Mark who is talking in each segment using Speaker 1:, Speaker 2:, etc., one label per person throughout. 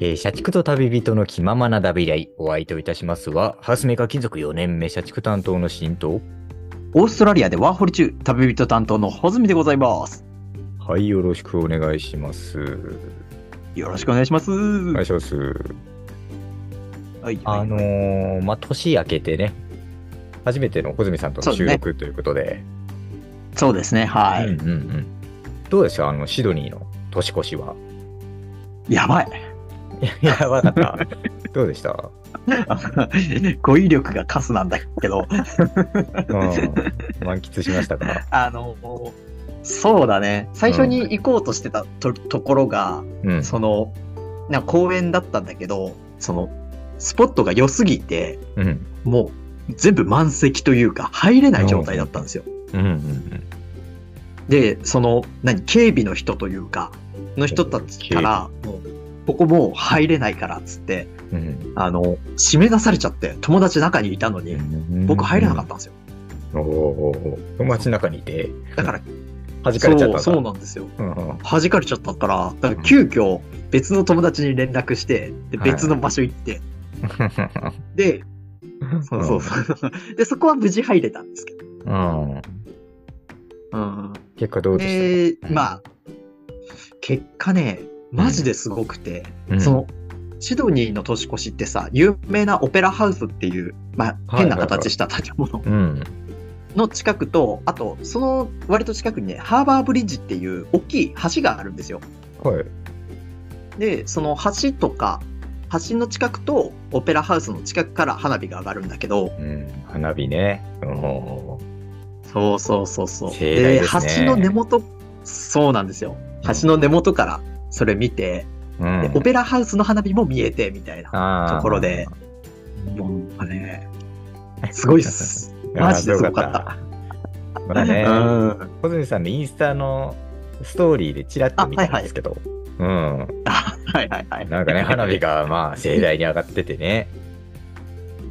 Speaker 1: えー社畜と旅人の気ままなダビライ、お相手をいたしますは、ハウスメーカー金属4年目社畜担当の新党。
Speaker 2: オーストラリアでワーホリ中、旅人担当のホズミでございます。
Speaker 1: はい、よろしくお願いします。
Speaker 2: よろしくお願いします。
Speaker 1: お
Speaker 2: は
Speaker 1: 願
Speaker 2: い
Speaker 1: い。します。
Speaker 2: はい
Speaker 1: あのー、まあ、年明けてね、初めての穂積さんとの収録ということで、
Speaker 2: そうですね、はい。
Speaker 1: うんうんうん。どうでしたあの、シドニーの年越しは。
Speaker 2: やばい。
Speaker 1: いや、わかった。どうでした
Speaker 2: 語彙力がカスなんだけど、
Speaker 1: うん。満喫しましたか
Speaker 2: あの、そうだね。最初に行こうとしてたとところが、
Speaker 1: うん。
Speaker 2: その、なんか公園だったんだけど、その、スポットが良すぎて、
Speaker 1: うん。
Speaker 2: もう全部満席というか、入れない状態だったんですよ。
Speaker 1: うんうんうん。
Speaker 2: で、その、何、警備の人というか、の人たちから、もう、ここもう入れないからっつって、
Speaker 1: うん
Speaker 2: あの、締め出されちゃって、友達中にいたのに、僕入れなかったんですよ。
Speaker 1: た。おーおーおー友達の中にいて、
Speaker 2: だから、
Speaker 1: 弾か
Speaker 2: そ
Speaker 1: れちゃったん
Speaker 2: う、
Speaker 1: だ
Speaker 2: そうなんですよ。
Speaker 1: うんうん
Speaker 2: 弾かれちゃったから、だから急遽、別の友達に連絡して、で
Speaker 1: はい
Speaker 2: 別の場所行って、で、 そうそうそう。 で、そこは無事入れたんですけど。
Speaker 1: うん。
Speaker 2: うん。
Speaker 1: 結果どうでし
Speaker 2: で、
Speaker 1: うん
Speaker 2: まあ、結果ね、マジですごくて、
Speaker 1: た
Speaker 2: その、シドニーの年越しってさ、有名なオペラハウスっていう、まあ、変な形した建物
Speaker 1: うん。
Speaker 2: の近くと、あと、その割と近くにね、ハーバーブリッジっていう大きい橋があるんですよ。
Speaker 1: はい。
Speaker 2: で、その橋とか、橋の近くとオペラハウスの近くから花火が上がるんだけど、
Speaker 1: うん。花火ね。うん
Speaker 2: そうそうそうそう。
Speaker 1: 盛大ですね
Speaker 2: 橋の根元、そうなんですよ。橋の根元からそれ見て、
Speaker 1: うん
Speaker 2: でオペラハウスの花火も見えてみたいな。ところで。もうなんかね、すごいっす。
Speaker 1: あー
Speaker 2: マジですごかっ。
Speaker 1: あ
Speaker 2: た。
Speaker 1: ーよまあね、
Speaker 2: うん
Speaker 1: 小泉さんのインスタのストーリーでちらっと見たんですけど、
Speaker 2: あはいはいは
Speaker 1: う
Speaker 2: い。
Speaker 1: ん。なんか ね、花火がまあ盛大に上がっててね、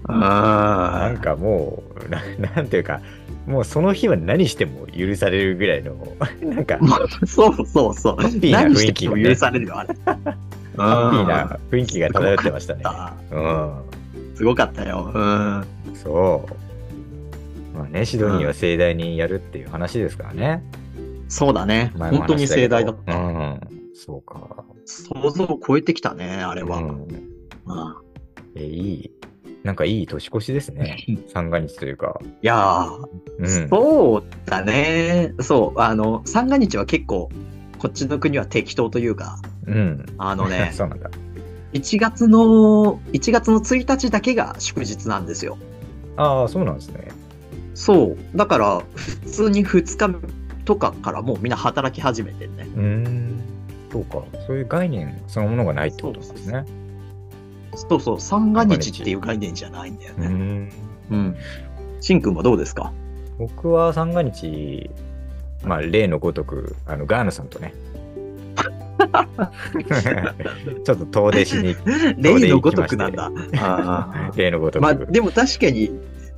Speaker 1: な
Speaker 2: あ
Speaker 1: んかもう、ななんていうか、もうその日は何しても許されるぐらいの、 なんか、ハ
Speaker 2: あ。そうそうそう
Speaker 1: ッ。ピーな
Speaker 2: 何
Speaker 1: 雰
Speaker 2: し
Speaker 1: 囲
Speaker 2: て
Speaker 1: 気
Speaker 2: も
Speaker 1: が
Speaker 2: 許されるよ、あれ。
Speaker 1: ッピー
Speaker 2: うん
Speaker 1: な雰囲気が漂ってましたね。
Speaker 2: あ
Speaker 1: うん。
Speaker 2: すごかったよ。うん。
Speaker 1: そう。まあね、シドニーは盛大にやるっていう話ですからね。
Speaker 2: そうだね。
Speaker 1: 前も
Speaker 2: 本当に
Speaker 1: 話したけ
Speaker 2: 盛
Speaker 1: ど
Speaker 2: 大だった。
Speaker 1: うん。そうか。
Speaker 2: 想像を超えてきたね、あれは。
Speaker 1: うん
Speaker 2: うん
Speaker 1: え、いい。なんかいい年越しですね。三が日というか。
Speaker 2: いやー、
Speaker 1: うん。
Speaker 2: そうだね。そう、あの、三が日は結構、こっちの国は適当というか、
Speaker 1: うん。
Speaker 2: あのね、
Speaker 1: そうなんだ。
Speaker 2: 1月の、1月の1日だけが祝日なんですよ。
Speaker 1: ああ、そうなんですね。
Speaker 2: そう。だから、普通に2日とかからもうみんな働き始めてるね。
Speaker 1: うーん。そうか。そういう概念そのものがないってことなんですね。
Speaker 2: そうそう、三が日っていう概念じゃないんだよ
Speaker 1: うー
Speaker 2: ね。
Speaker 1: ん。
Speaker 2: うん。しんくんはどうですか
Speaker 1: 僕は三が日、まあ、例のごとく、あの、ガーナさんと ね。ちょっと遠出し に、
Speaker 2: 例のごとくなんだ。あ
Speaker 1: 例のご
Speaker 2: ー
Speaker 1: とく。
Speaker 2: まあ、でも確かに、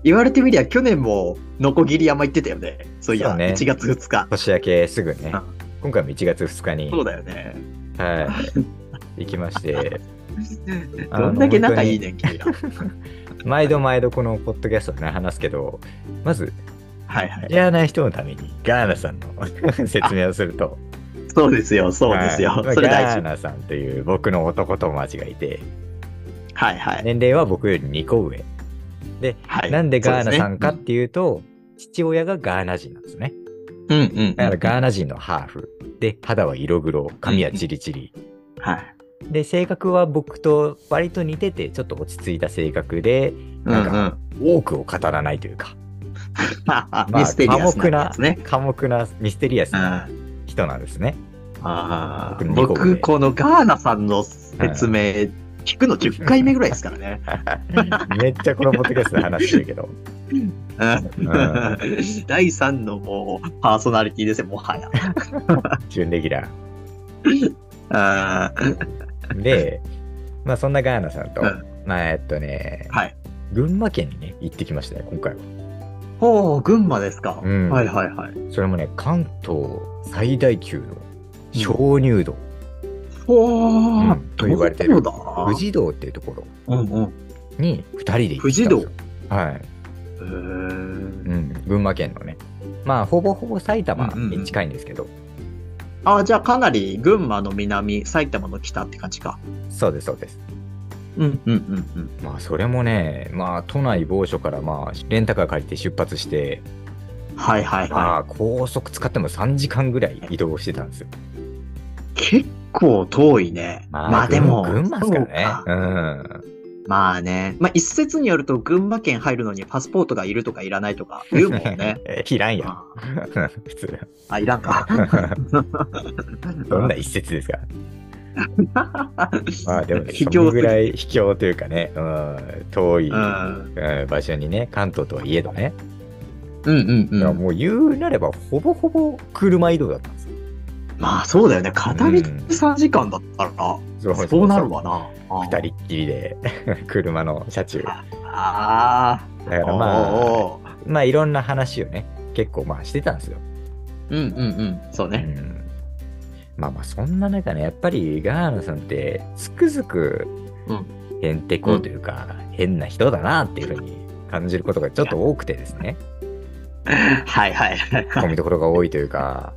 Speaker 2: 言われてみりゃ去年も、のこぎり山行ってたよね。そうい
Speaker 1: そ
Speaker 2: や、
Speaker 1: うね
Speaker 2: 1月2日。
Speaker 1: 年明けすぐね
Speaker 2: あ、
Speaker 1: 今回も1月2日に、
Speaker 2: そうだよね。
Speaker 1: はい、行きまして、あの
Speaker 2: どんだけ仲いいねん、君ら。
Speaker 1: 毎度毎度このポッドキャストでね話すけど、まず、
Speaker 2: はいはい。
Speaker 1: 知らない人のために、ガーナさんの 説明をすると、
Speaker 2: そうですよ、そうですよ。
Speaker 1: はい
Speaker 2: それ
Speaker 1: ガー
Speaker 2: 大事。
Speaker 1: ナさんという僕の男友達がいて、
Speaker 2: はいはい。
Speaker 1: 年齢は僕より2個上。
Speaker 2: はい、
Speaker 1: なんでガーナさんか
Speaker 2: そ
Speaker 1: っていうと、父親がガーナ人なんですね。
Speaker 2: うですねうんうんうん。
Speaker 1: だからガーナ人のハーフ。で、肌は色黒、髪はチリチリ。
Speaker 2: はい。
Speaker 1: で、性格は僕と割と似てて、ちょっと落ち着いた性格で、
Speaker 2: うん
Speaker 1: なん
Speaker 2: う
Speaker 1: か
Speaker 2: ん。
Speaker 1: 多くを語らないというか、まあ
Speaker 2: ミステリアスなやつね。
Speaker 1: 寡黙な、ミステリアス
Speaker 2: うん
Speaker 1: な人なんですね。
Speaker 2: あー
Speaker 1: 僕
Speaker 2: 僕、このガーナさんの説明、聞くの10回目ぐらいですからね。
Speaker 1: めっちゃこのポッドキャストで話してるけ ど。
Speaker 2: うん 第3のもうパーソナリティですよ、もはや。
Speaker 1: 準レギュラ
Speaker 2: あー
Speaker 1: ー。で、まあそんなガーナさんと、
Speaker 2: うん
Speaker 1: まあえっとね、
Speaker 2: はい
Speaker 1: 群馬県にね、行ってきましたね、今回は。
Speaker 2: ほう、群馬ですか。
Speaker 1: うん
Speaker 2: はいはいはい。
Speaker 1: それもね、関東最大級の鍾乳洞。
Speaker 2: ほ
Speaker 1: う
Speaker 2: ー
Speaker 1: んと言われてる
Speaker 2: どこだ
Speaker 1: 富士堂っていうところ
Speaker 2: うんうん。
Speaker 1: に2人で行ってきたんですよ
Speaker 2: 富士堂
Speaker 1: はい、
Speaker 2: へー
Speaker 1: うん、群馬県のねまあほぼほぼ埼玉
Speaker 2: うんうんうん
Speaker 1: に近いんですけど、
Speaker 2: あじゃあかなり群馬の南、埼玉の北って感じか。
Speaker 1: そうですそうです
Speaker 2: うんうんうん
Speaker 1: まあそれもねまあ都内某所からまあレンタカー借りて出発して
Speaker 2: うん。はいはいは
Speaker 1: まあ高速使っても3時間ぐらい移動してたんですよ
Speaker 2: い。結構遠いね。まあ、でも、
Speaker 1: 群馬ですからね
Speaker 2: そう
Speaker 1: う。
Speaker 2: かまあね。まあ一説によると群馬県入るのにパスポートがいるとかいらないとか言うもんね
Speaker 1: ん いらんやん
Speaker 2: あ
Speaker 1: 普通
Speaker 2: あ、いらんか。
Speaker 1: どんな一節ですかまあで も、
Speaker 2: 卑
Speaker 1: その
Speaker 2: 怯
Speaker 1: ぐ
Speaker 2: す
Speaker 1: ら
Speaker 2: ぎ
Speaker 1: い卑怯というかね、うん、遠い、
Speaker 2: うん
Speaker 1: うん場所にね、関東とはいえどね、
Speaker 2: うんう
Speaker 1: だ
Speaker 2: んう
Speaker 1: から
Speaker 2: ん。
Speaker 1: もう言うなれば、ほぼほぼ車移動だったんですよ。
Speaker 2: まあそうだよね。片道
Speaker 1: うん
Speaker 2: 3時間だったらな、
Speaker 1: そ
Speaker 2: そうなるわな。あ
Speaker 1: 二人っきりで 車の車中。だ
Speaker 2: あ
Speaker 1: か
Speaker 2: あ。
Speaker 1: らまあ、
Speaker 2: おーおー
Speaker 1: まあいろんな話をね、結構まあしてたんですよ。
Speaker 2: うんうんうん。そう
Speaker 1: う
Speaker 2: ね。
Speaker 1: ん、まあまあ、そんな中ね、やっぱりガーナさんって、つくづく
Speaker 2: うん、
Speaker 1: へんてこというか、変な人だなっていうふうに感じることがちょっと多くてですね、
Speaker 2: はいはい。
Speaker 1: ツッコみどころが多いというか、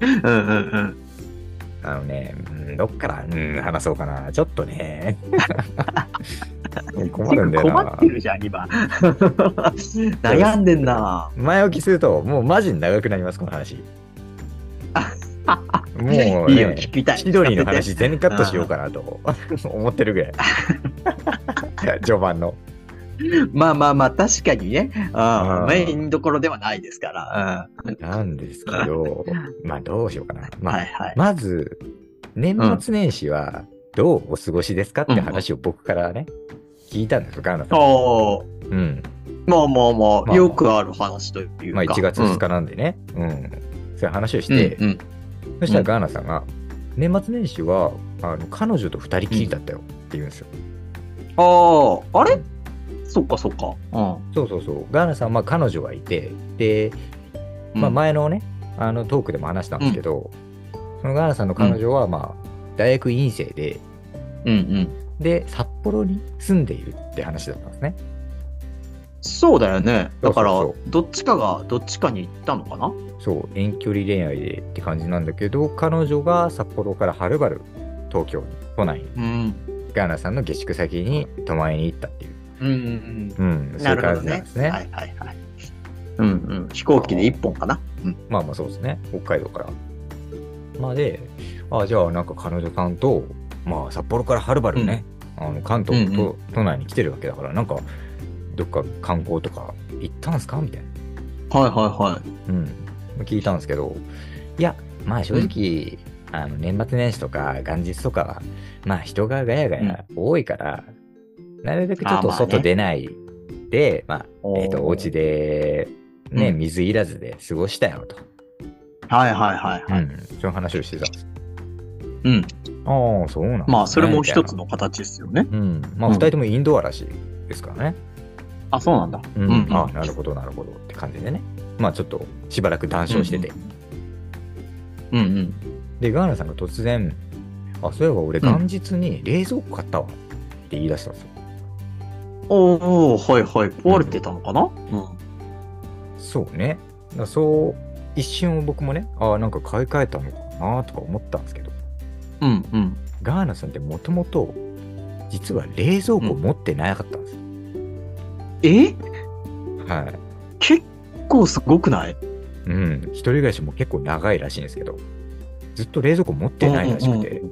Speaker 2: うんうんうん。
Speaker 1: あのね、うんどっから、うん、話そうかな。ちょっと ね。困るんだよ
Speaker 2: 困
Speaker 1: な
Speaker 2: って。るじゃん、今。 悩んでんな。
Speaker 1: 前置きすると、もうマジに長くなります、この 話。もう、ね、
Speaker 2: いいよ、聞きたい。
Speaker 1: シドニーの話全カットしようかな と思ってるぐらい。序盤の。
Speaker 2: まあまあまあ、確かにね。あ
Speaker 1: う
Speaker 2: あ
Speaker 1: ん
Speaker 2: メインどころではないですから。うん
Speaker 1: なんですけど、まあどうしようかな。まあ、
Speaker 2: はいはい。
Speaker 1: まず、年末年始はどうお過ごしですかって話を僕からね、聞いたんですよ、ガーナさん。
Speaker 2: おー
Speaker 1: うん。
Speaker 2: まあまあまあ、
Speaker 1: まあ
Speaker 2: よくある話というか。
Speaker 1: まあ、1月2
Speaker 2: で
Speaker 1: 日なんでね、うんそういう話をして、
Speaker 2: うんうん
Speaker 1: そしたらガーナさんが、年末年始はあの彼女と2人きりだったよって言うんですよ。
Speaker 2: ああ、あれそっかそっか。う
Speaker 1: そうそうそう、ガーナさんはまあ彼女がいて、で、
Speaker 2: ん。
Speaker 1: まあ、前のね、あのトークでも話したんですけど、そのガーナさんの彼女は、まあ、大学院生で、
Speaker 2: うんうん。
Speaker 1: で、札幌に住んでいるって話だったんですね。
Speaker 2: そうだよね。だから
Speaker 1: そうそう、
Speaker 2: どっちかがどっちかに行ったのかな
Speaker 1: そう、遠距離恋愛でって感じなんだけど、彼女が札幌からはるばる東京に、都内に、
Speaker 2: うん。
Speaker 1: ガーナさんの下宿先に泊まりに行ったっていう。
Speaker 2: うんうん
Speaker 1: うん、
Speaker 2: うん。
Speaker 1: そうい
Speaker 2: な
Speaker 1: う
Speaker 2: るほ
Speaker 1: 感
Speaker 2: ど
Speaker 1: じなん
Speaker 2: ね
Speaker 1: です。ね。
Speaker 2: はいはいはい。うんうん。飛行機で1本かな。うん。
Speaker 1: まあまあそうですね。北海道から。まあで、あじゃあなんか彼女さんと、まあ札幌からはるばるね、あの関東と、
Speaker 2: うんう
Speaker 1: 都内に来てるわけだから、なんかどっか観光とか行ったんすかみたいな。
Speaker 2: はいはいはい。
Speaker 1: うん。聞いたんですけど、いや、まあ正直、あの年末年始とか元日とかは、まあ人がガヤガヤ多いから、なるべくちょっ
Speaker 2: あー
Speaker 1: と
Speaker 2: まあね
Speaker 1: 外出ないで、まあ、えっ、と、お家
Speaker 2: で。
Speaker 1: で、ね、
Speaker 2: うん
Speaker 1: 水いらずで過ごしたよと。
Speaker 2: はいはいはいはい。
Speaker 1: うん、そういう話をしてたんです。
Speaker 2: うん。
Speaker 1: ああ、そうなんだ、
Speaker 2: まあ、それも一つ。の形ですよね。
Speaker 1: うん。まあ、
Speaker 2: うん
Speaker 1: 二人ともインドアらしいですからね。
Speaker 2: あ、そうなんだ。
Speaker 1: う
Speaker 2: うん
Speaker 1: ん。
Speaker 2: うん
Speaker 1: ああ、なるほど、なるほどって感じでね。まあ、ちょっとしばらく談笑してて。。
Speaker 2: うんうん。
Speaker 1: で、ガーナさんが突然、あ、そういえば俺、
Speaker 2: うん
Speaker 1: 元日に冷蔵庫買ったわって言い出したんですよ。
Speaker 2: おおはいはい。壊れてたのかなうん。
Speaker 1: そうね。だからそう、一瞬僕もね、ああ、なんか買い替えたのかなとか思ったんですけど、
Speaker 2: うんうん。
Speaker 1: ガーナさんってもともと、実は冷蔵庫持ってなかったんですよ。
Speaker 2: え
Speaker 1: はい。
Speaker 2: 結構すごくない
Speaker 1: うん、一人暮らしも結構長いらしいんですけど、ずっと冷蔵庫持ってないらしくて、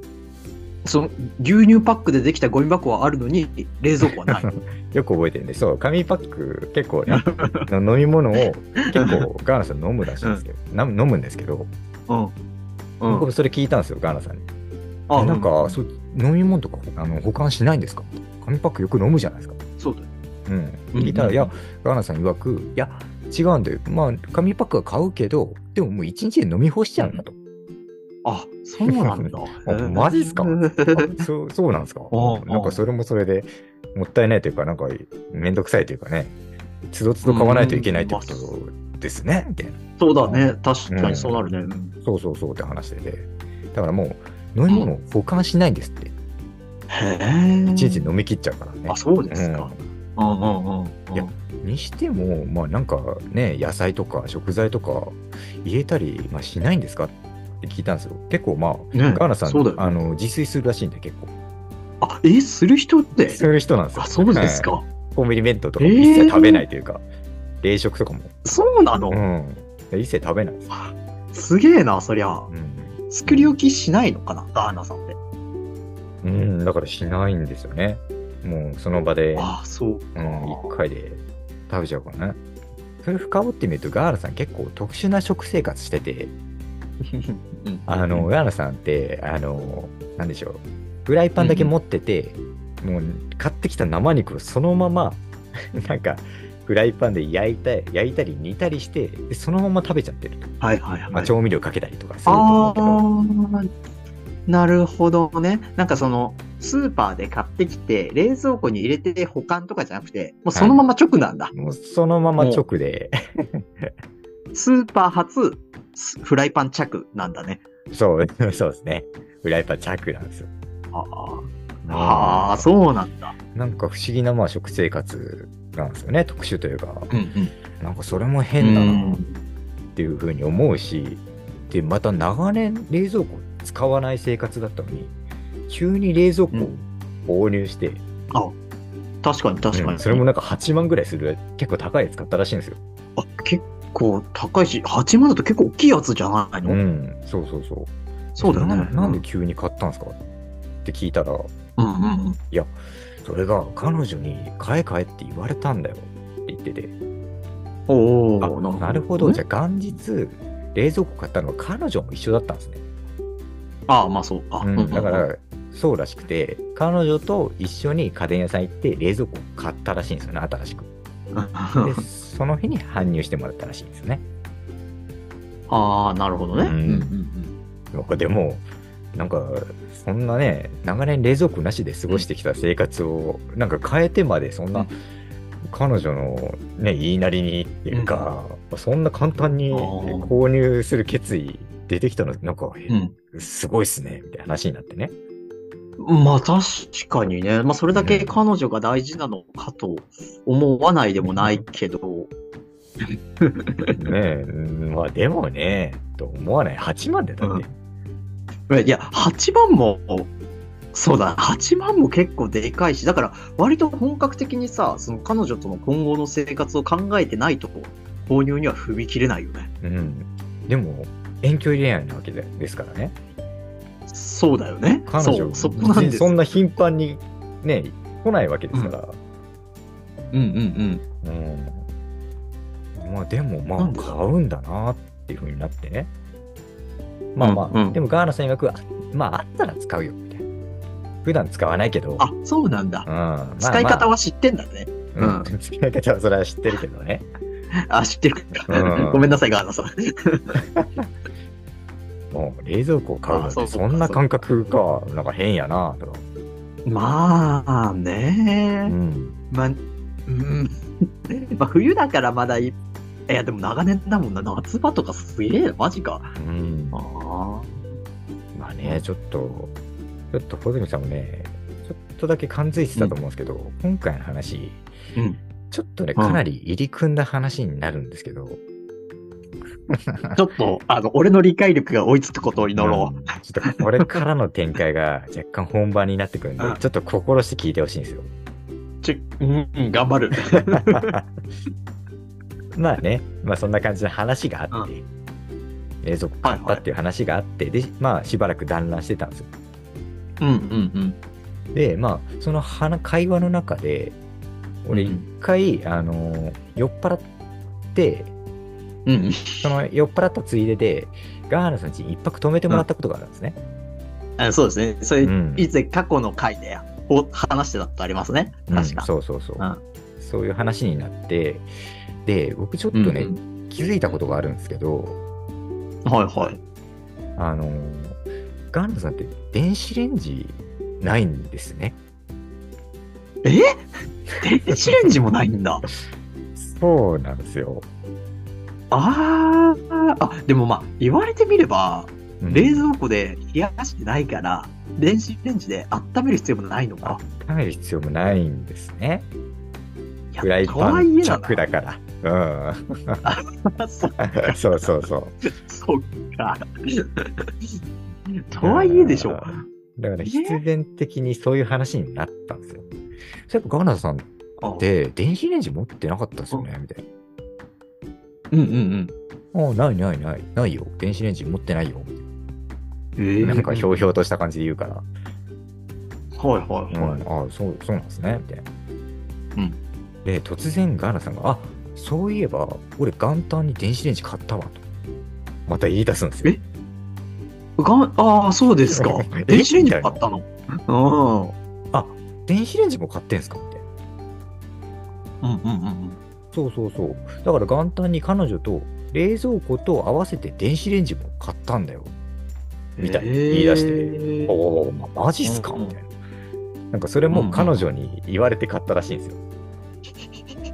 Speaker 2: その牛乳パックでできたゴミ箱はあるのに冷蔵庫 はない。
Speaker 1: よく覚えてるんで、そう、紙パック、結構ね、 の飲み物を結構ガーナさん飲むらしいんですけど、な飲むんですけど、
Speaker 2: うん。うん
Speaker 1: 僕それ聞いたんですよ、ガーナさんに。
Speaker 2: あ
Speaker 1: えなんか、
Speaker 2: うん
Speaker 1: そう飲み物とかあの保管しないんですか紙パックよく飲むじゃないですか。
Speaker 2: そうだよ。
Speaker 1: うん、
Speaker 2: うん
Speaker 1: 聞いたら、いや、ガーナさん曰く、いや、違うんだよ。まあ、紙パックは買うけど、でももう一日で飲み干しちゃうんだ と。
Speaker 2: あ、そうなんだ
Speaker 1: あ。マジっす かあそうそうなんですか
Speaker 2: うん
Speaker 1: なんかそれもそれでもったいないというか、なんかめんどくさいというかね、つどつど買わないといけないってことですね、みたいな。
Speaker 2: そうだね。確かにそうなるね。うん
Speaker 1: そうそうそうって話してて。だからもう、飲み物を保管しないんですって。
Speaker 2: へえ。
Speaker 1: いちいち飲み切っちゃうからね
Speaker 2: あ、。そうですか。うんうんうんうん。
Speaker 1: いやにしても、まあなんかね、野菜とか食材とか入れたり、まあ、しないんですかって聞いたんですよ。結構まあ、
Speaker 2: ね
Speaker 1: ガーナさん、
Speaker 2: そうだよね
Speaker 1: あの自炊するらしいんで、結構。
Speaker 2: あ、え、する人って
Speaker 1: する人なんですよ。
Speaker 2: あ、そうですか。
Speaker 1: うん。コンビニ弁当とかも一切食べないというか、冷食とかも。
Speaker 2: そうなの、
Speaker 1: うん。一切食べないです。
Speaker 2: すげえな、そりゃ。
Speaker 1: うん
Speaker 2: 作り置きしないのかな、ガーナさんって。
Speaker 1: うん、だからしないんですよね。もうその場で、うん、
Speaker 2: あ、そう。
Speaker 1: 1回で食べちゃうからね。それ深掘ってみると、ガーラさん結構特殊な食生活してて、
Speaker 2: うん
Speaker 1: あの、ガーラさんって、あの、なんでしょう、フライパンだけ持ってて、もう買ってきた生肉をそのまま、 なんか、フライパンで焼いた焼いたり煮たりして、でそのまま食べちゃってると。
Speaker 2: はいはいはい。
Speaker 1: まあ、調味料かけたりとかすると思
Speaker 2: あ
Speaker 1: うけど。
Speaker 2: ーなるほどね。なんかその、スーパーで買ってきて、冷蔵庫に入れて保管とかじゃなくて、もうそのまま直なんだ。
Speaker 1: もうそのまま直で、
Speaker 2: スーパー初、スフライパン着なんだね。
Speaker 1: そう、 そうですね。フライパン着なんですよ。
Speaker 2: ああ、はあ、そうなんだ。
Speaker 1: なんか不思議なまあ食生活なんですよね。特殊というか、
Speaker 2: うんうん。
Speaker 1: なんかそれも変
Speaker 2: 変
Speaker 1: だ
Speaker 2: だ
Speaker 1: な
Speaker 2: な
Speaker 1: っ。ていうふうに思うし、で、また長年冷蔵庫使わない生活だったのに、急に冷蔵庫を購入して、
Speaker 2: 確かに確か
Speaker 1: うん
Speaker 2: に。
Speaker 1: それもなんか8万ぐらいする、結構高いやつ買ったらしいんですよ。
Speaker 2: あ結構高いし、8万だと結構大きいやつじゃないの、
Speaker 1: うん、そうそうそう。
Speaker 2: そうだよね。
Speaker 1: ななんで急に買ったんですかって聞いたら、
Speaker 2: うんうんうん。
Speaker 1: それが彼女に買え買えって言われたんだよって言ってて。
Speaker 2: お
Speaker 1: あ
Speaker 2: お、
Speaker 1: なるほど。じゃあ、元日、冷蔵庫買ったのは彼女も一緒だったんですね。
Speaker 2: ああ、まあそう。あ、
Speaker 1: う、
Speaker 2: うんうんん
Speaker 1: だ から、そうらしくて、彼女と一緒に家電屋さん行って、冷蔵庫を買ったらしいんですよね、新しく。で、その日に搬入してもらったらしいんですよね。
Speaker 2: ああ、なるほどね。
Speaker 1: う
Speaker 2: うんんうん
Speaker 1: なんかでも、なんか、そんなね、長年冷蔵庫なしで過ごしてきた生活を、なんか変えてまで、そん
Speaker 2: う、
Speaker 1: なん彼女のね、言いなりにっていうか、そんな簡単に
Speaker 2: あー
Speaker 1: 購入する決意出てきたの、なんか、
Speaker 2: うんうん
Speaker 1: すごいっすね、みたいな話になってね。
Speaker 2: まあ確かにね、まあ、それだけ彼女が大事なのかと思わないでもないけど、
Speaker 1: ねえ、うんまあでもね、と思わない。8万でだって。
Speaker 2: いや、8万も、そうだ、8万も結構でかいし、だから割と本格的にさ、その彼女との今後の生活を考えてないと、購入には踏み切れないよね。
Speaker 1: うん。でも、遠距離恋愛なわけでですからね。
Speaker 2: そうだよね。
Speaker 1: 彼女、
Speaker 2: そうそこなんです。
Speaker 1: そんな頻繁にね、来ないわけですから。
Speaker 2: うんうん
Speaker 1: うん。まあでも、ま
Speaker 2: な
Speaker 1: あ
Speaker 2: んでだ
Speaker 1: 買うんだなっていうふうになってね。まあまあ、
Speaker 2: うんうん
Speaker 1: でもガーナさん曰く、あまああったら使うよ、みたいな。普段使わないけど。
Speaker 2: うん。あ、そうなんだ
Speaker 1: うん。まあ
Speaker 2: 使い
Speaker 1: まあ
Speaker 2: 方は知ってんだね。う
Speaker 1: う
Speaker 2: ん
Speaker 1: ん、 使い方はそれは知ってるけどね。
Speaker 2: あ、知ってる
Speaker 1: うん
Speaker 2: ごめんなさい、ガーナさん。
Speaker 1: もう冷蔵庫を買うなん
Speaker 2: あそ
Speaker 1: て
Speaker 2: う
Speaker 1: そんな感覚か、なんか変やなとか。
Speaker 2: まあね
Speaker 1: うん。
Speaker 2: まあ、うん。 まあ、冬だからまだいい。いや、でも長年だもんな。夏場とかすげえな、マジか。
Speaker 1: うん
Speaker 2: あ、あ。
Speaker 1: まあね、ちょっと、ちょっと小泉さんもね、ちょっとだけ感づいてたと思うんですけど、今回の話、
Speaker 2: うん
Speaker 1: ちょっとね、
Speaker 2: うん
Speaker 1: かなり入り組んだ話になるんですけど、
Speaker 2: ちょっと、あの、俺の理解力が追いつくことを祈ろ
Speaker 1: うんちょっとこれからの展開が若干本番になってくるんで
Speaker 2: う、ん
Speaker 1: ちょっと心して聞いてほしいんですよ。
Speaker 2: う。ちょ、うん、うん頑張る。
Speaker 1: まあね、まあそんな感じの話があって、冷蔵庫買ったっていう話があって、で、まあしばらく団らんしてたんですよ。
Speaker 2: うん、うん、うん。
Speaker 1: で、まあその話会話の中で、俺
Speaker 2: うん
Speaker 1: 一回、あの、酔っ払って、
Speaker 2: うん。
Speaker 1: その酔っ払ったついでで、ガーナさんちに一泊泊めてもらったことがあるんですね。
Speaker 2: あそうですね。それ、
Speaker 1: うん
Speaker 2: 以前過去の回で、お話してたことありますね。確
Speaker 1: うん
Speaker 2: か。
Speaker 1: そうそうそう、
Speaker 2: うん
Speaker 1: そういう話になって、で、僕ちょっと
Speaker 2: うん
Speaker 1: ね、気づいたことがあるんですけど、
Speaker 2: はいはい。
Speaker 1: あのー、ガンダさんって電子レンジないんですね。
Speaker 2: 電子レンジもないんだ。
Speaker 1: そうなんですよ。
Speaker 2: あーあ、でもまあ、言われてみれば、
Speaker 1: うん
Speaker 2: 冷蔵庫で冷やしてないから、電子レンジで温める必要もないのか。
Speaker 1: 温める必要もないんですね。
Speaker 2: いや
Speaker 1: フライ
Speaker 2: と
Speaker 1: パ
Speaker 2: はい
Speaker 1: ン
Speaker 2: え
Speaker 1: 直だから。
Speaker 2: な。 そ
Speaker 1: うん。 そうそうそう。
Speaker 2: そっか。 とはいえでしょ。
Speaker 1: うん。だから
Speaker 2: ね
Speaker 1: 必然的にそういう話になったんですよ。そういえばガーナさんっ
Speaker 2: うん
Speaker 1: て電子レンジ持ってなかったですよねみたい
Speaker 2: うんうん
Speaker 1: な。あないないない。ないよ。電子レンジ持ってないよ。
Speaker 2: うん。え
Speaker 1: なんかひょうひょ
Speaker 2: ょ
Speaker 1: うとした感じで言うから。
Speaker 2: はいはいはい。
Speaker 1: うん、ああそうそうなんですねみたいな、
Speaker 2: うん、
Speaker 1: で突然ガーナさんが「あそういえば俺元旦に電子レンジ買ったわ」とまた言い出すんですよ
Speaker 2: えがああ、そうで すか
Speaker 1: え。
Speaker 2: 電子レンジ買ったの。
Speaker 1: 電子レンジも買ってんすかみたいな
Speaker 2: うん。うんうんうん
Speaker 1: そうそうそうだから元旦に彼女と冷蔵庫と合わせて電子レンジも買ったんだよ
Speaker 2: うん。
Speaker 1: みたいな言い出して
Speaker 2: へー
Speaker 1: おお、ま、マジっすか
Speaker 2: うんうん
Speaker 1: みたいななんかそれも彼女に言われて買ったらしいんですよ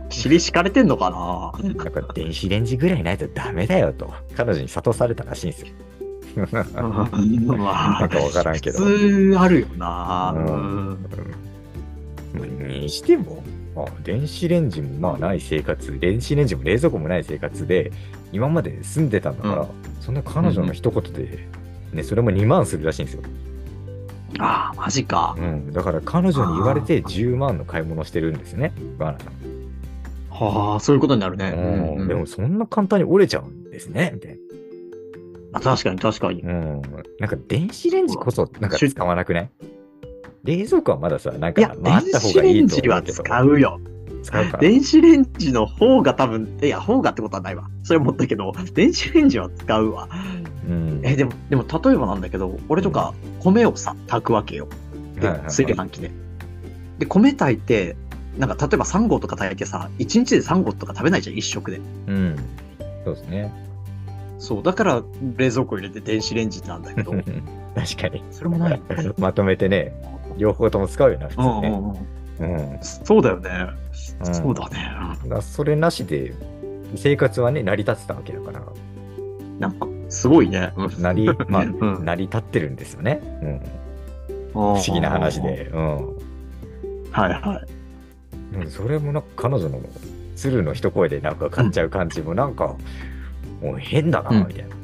Speaker 2: 尻敷かれてんのかな
Speaker 1: なんか電子レンジぐらいないとダメだよと彼女に諭されたらしいん ですよな
Speaker 2: な
Speaker 1: んかわからんけど
Speaker 2: 普通あるよな。
Speaker 1: う
Speaker 2: うん
Speaker 1: まあにしても、まあ、電子レンジもまあない生活、電子レンジも冷蔵庫もない生活で、今まで住んでたんだから、
Speaker 2: うん
Speaker 1: そんな彼女の一言で、ね、それも2万するらしいんですよ。
Speaker 2: ああ、マジか。
Speaker 1: うん、だから彼女に言われて10万の買い物をしてるんですね、ガーナさん。
Speaker 2: はあ、そういうことになるね。
Speaker 1: うん
Speaker 2: うん
Speaker 1: でもそんな簡単に折れちゃうんですね、みたい
Speaker 2: あ確かに確かに。
Speaker 1: な。うん、なんか電子レンジこそなんか使わなくない冷蔵庫はまださ、なん
Speaker 2: い
Speaker 1: か
Speaker 2: や、
Speaker 1: まああっ
Speaker 2: 電
Speaker 1: た方
Speaker 2: 子
Speaker 1: が
Speaker 2: レ
Speaker 1: いい
Speaker 2: ン
Speaker 1: と
Speaker 2: ジ
Speaker 1: 思
Speaker 2: は
Speaker 1: うけど。
Speaker 2: 使うよ。
Speaker 1: 使うかな。
Speaker 2: 電子レンジの方が多分、いや、方がってことはないわ。それ思ったけど、電子レンジは使うわ。
Speaker 1: うん
Speaker 2: え、でも、でも、例えばなんだけど、俺とか、米をさ、炊くわけよ。
Speaker 1: はい
Speaker 2: で
Speaker 1: はいはい
Speaker 2: 炊飯器で。で、米炊いて、なんか、例えば3合とか炊いてさ、1日で3合とか食べないじゃん、1食で。
Speaker 1: うん。そうですね。
Speaker 2: そう、だから、冷蔵庫入れて電子レンジなんだ けど
Speaker 1: う、ん確かに。
Speaker 2: それもない。
Speaker 1: まとめてね、両方とも使うよな、普通
Speaker 2: うんう
Speaker 1: ね。
Speaker 2: んうん。
Speaker 1: うん。
Speaker 2: そうだよね。
Speaker 1: ん
Speaker 2: そうだね。
Speaker 1: だからそれなしで、生活はね、成り立ってたわけだから、
Speaker 2: なんか、すごいね。うん
Speaker 1: な り、まあ、
Speaker 2: うん
Speaker 1: 成り立ってるんですよね。うん。不思議な話。で。うん。
Speaker 2: はいはい。
Speaker 1: うん、それもなんか彼女の鶴の一声でなんか買っちゃう感じもなんか、もう変だ
Speaker 2: う
Speaker 1: な、
Speaker 2: ん
Speaker 1: みたいな。